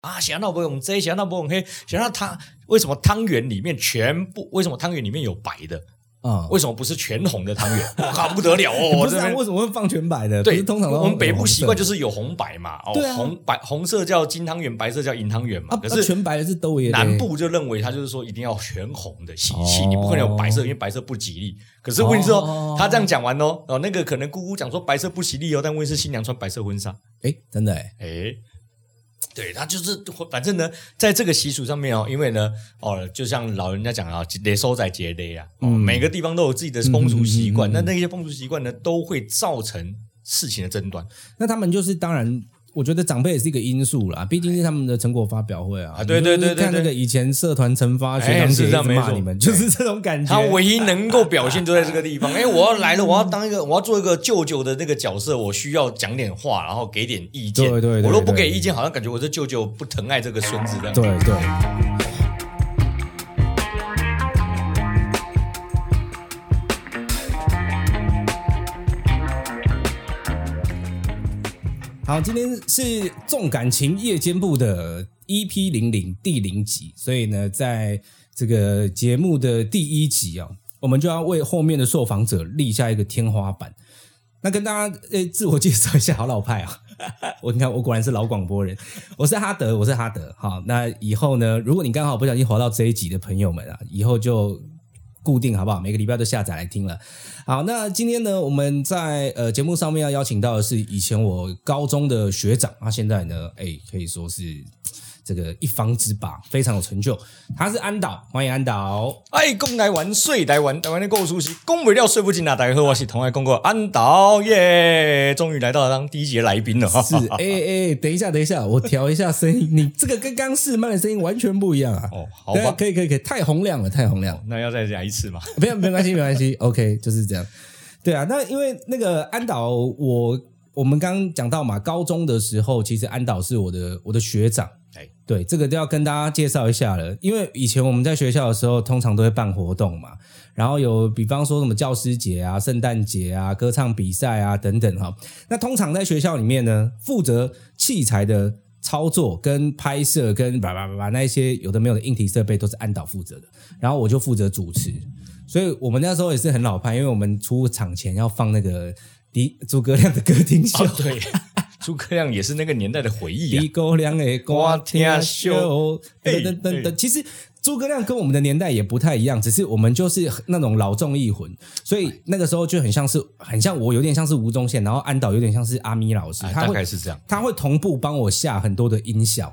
啊想到不用这，想到不用黑，想到汤为什么汤圆里面全部为什么汤圆里面有白的，啊，为什么不是全红的汤圆？我靠，不得了 哦！不我是这啊边为什么会放全白的？不对，是通常都我们北部红色习惯就是有红白嘛，哦对，啊红白红色叫金汤圆，白色叫银汤圆嘛。啊，可啊是全白的是都也得南部就认为它就是说一定要全红的喜气，哦你不可能有白色，因为白色不吉利。可是问题是哦哦，他这样讲完哦，哦，那个可能姑姑讲说白色不吉利哦，但问题是新娘穿白色婚纱，哎，真的哎，哎。对他就是，反正呢，在这个习俗上面哦，因为呢，哦，就像老人家讲啊，雷收仔节雷啊，哦嗯每个地方都有自己的风俗习惯，嗯嗯嗯嗯那那些风俗习惯呢，都会造成事情的争端。那他们就是当然。我觉得长辈也是一个因素啦，毕竟是他们的成果发表会啊。啊对对对对你就是看那个以前社团惩罚学哎长是姐一这样直没骂错你们，就是这种感觉。他唯一能够表现就在这个地方。哎，我要来了，我要当一个，我要做一个舅舅的那个角色，我需要讲点话，然后给点意见。对对对我若不对给意见，好像感觉我这舅舅不疼爱这个孙子这样。对对，好，今天是重感情夜间部的 EP 零零第零集，所以呢，在这个节目的第一集哦，我们就要为后面的受访者立下一个天花板。那跟大家呃自我介绍一下，好老派啊、我你看，我果然是老广播人，我是哈德，我是哈德。好，那以后呢，如果你刚好不小心滑到这一集的朋友们啊，以后就固定好不好？每个礼拜都下载来听了。好，那今天呢，我们在呃节目上面要邀请到的是以前我高中的学长，他现在呢，哎，可以说是这个一方之霸，非常有成就。他是安导，欢迎安导。哎，公来玩，睡来玩，台湾的够熟悉，公不了，睡不进啊！大家好，我是同爱公过安导耶，终于来到了当第一节来宾了哈。 是，哎哎，等一下，等一下，我调一下声音，你这个跟刚试麦的声音完全不一样啊。 哦，好对啊吧，可以可以可以，太洪亮了，太洪亮了。那要再来一 次嘛？没有，没关系，没关系，OK，就是这样。对啊，那因为那个安导，我我们刚刚讲到嘛，高中的时候，其实安导是我的我的学长。哎对，这个都要跟大家介绍一下了，因为以前我们在学校的时候，通常都会办活动嘛，然后有比方说什么教师节啊、圣诞节啊、歌唱比赛啊等等哈。那通常在学校里面呢，负责器材的操作跟拍摄跟叭叭叭叭那一些有的没有的硬体设备都是安导负责的，然后我就负责主持。所以我们那时候也是很老派，因为我们出场前要放那个迪诸葛亮的歌厅秀，哦， 对，诸葛亮也是那个年代的回忆啊李。狗亮的歌听秀，哎等等等哎等。其实诸葛亮跟我们的年代也不太一样，只是我们就是那种老众艺魂，所以那个时候就很像是，很像我有点像是吴宗宪，然后安导有点像是阿咪老师，哎他大概会是这样。他会同步帮我下很多的音效。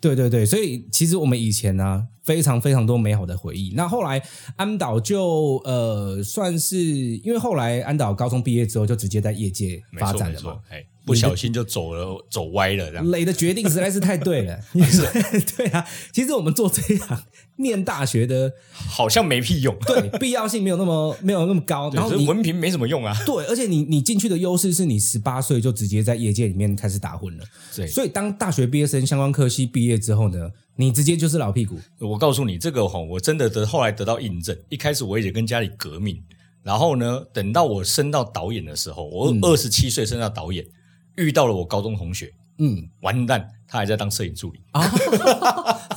对，对对对，所以其实我们以前呢、啊，非常非常多美好的回忆。那后来安导就呃，算是因为后来安导高中毕业之后就直接在业界没发错展没了嘛嗯错，，哎，不小心就走了，走歪了这样。磊的决定实在是太对 了， 对啊，其实我们做这一行念大学的，好像没屁用。对必要性没有那么没有那么高，对，然所后以你文凭没什么用啊。对，而且你你进去的优势是你十八岁就直接在业界里面开始打混了，对，所以当大学毕业生相关科系毕业之后呢，你直接就是老屁股，我告诉你，这个哈，我真的得后来得到印证。一开始我也跟家里革命，然后呢，等到我升到导演的时候，我嗯二十七岁升到导演，遇到了我高中同学，嗯完蛋，他还在当摄影助理。啊。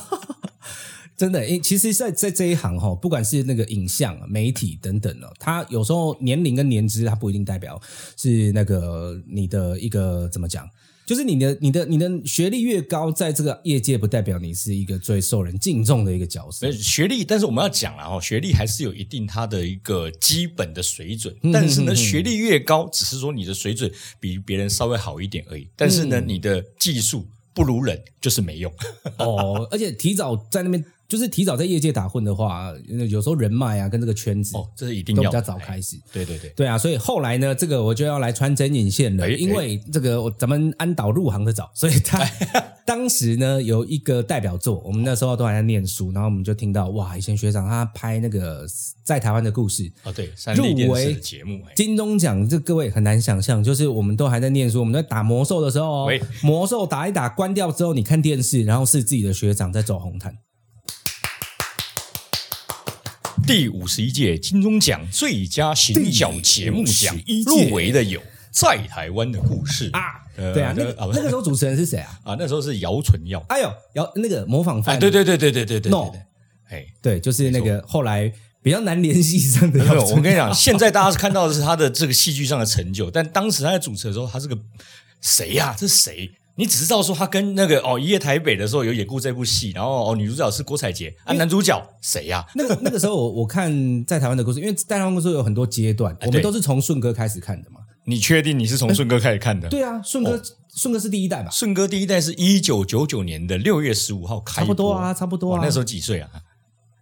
真的，因其实在，在这一行哈、不管是那个影像、媒体等等哦，它有时候年龄跟年资，它不一定代表是那个你的一个怎么讲，就是你的、你的、你的学历越高，在这个业界不代表你是一个最受人敬重的一个角色所以。学历，但是我们要讲了哈，学历还是有一定它的一个基本的水准。嗯但是呢，嗯嗯学历越高，只是说你的水准比别人稍微好一点而已。但是呢，嗯你的技术不如人，就是没用。哦，而且提早在那边，就是提早在业界打混的话，有时候人脉啊，跟这个圈子哦，这是一定都要比的较早哎开始。对对对，对啊，所以后来呢，这个我就要来穿针引线了，哎因为这个我咱们安导入行的早， 所以他 当时呢有一个代表作，我们那时候都还在念书，然后我们就听到哇，以前学长他拍那个在台湾的故事。哦对，三 D 电视的节目，哎金钟奖这各位很难想象，就是我们都还在念书，我们在打魔兽的时候、哦喂，魔兽打一打关掉之后，你看电视，然后是自己的学长在走红毯，第五十一届金钟奖最佳行脚节目奖第51届入围的有在台湾的故事啊，呃对啊，那那个啊不是那个时候主持人是谁啊？啊，那时候是姚纯耀，哎呦，姚那个模仿哎，犯，对对对对对对对 No 对，哎，对，就是那个后来比较难联系上的没姚有，我纯跟你 讲，现在大家看到的是他的这个戏剧上的成就，但当时他在主持的时候，他是个谁呀、这是谁？你只知道说他跟那个哦《一夜台北》的时候有演过这部戏，然后哦女主角是郭采洁啊，男主角谁啊呀、那个那个时候我，我看在台湾的故事，因为在台湾故事有很多阶段，我们对都是从顺哥开始看的嘛。你确定你是从顺哥开始看的？对啊，顺哥、顺哥是第一代吧？顺哥第一代是一九九九年的六月十五号开差播，不多啊，差不多哇啊。那时候几岁啊？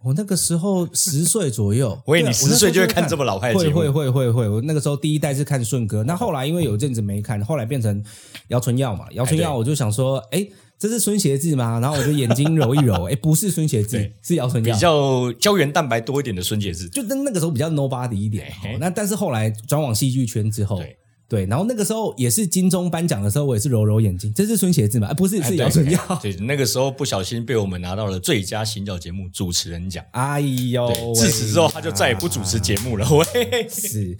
我那个时候十岁左右， 我以为对啊你十岁就会看这么老派的会节目会会会会。我那个时候第一代是看顺哥，那后来因为有阵子没看，后来变成姚纯耀嘛。姚纯哎耀，对我就想说，哎，这是孙协志吗？然后我就眼睛揉一 揉，哎，不是孙协志对，是姚纯耀比。较胶原蛋白多一点的孙杰志，就那那个时候比较 nobody 一点，嘿哦那但是后来转往戏剧圈之后，对对，然后那个时候也是金钟颁奖的时候，我也是揉揉眼睛，这是孙协志嘛？啊不是，是姚晨耀。哎对，那个时候不小心被我们拿到了最佳行脚节目主持人奖。哎呦对，，自此之后他就再也不主持节目了。喂，是。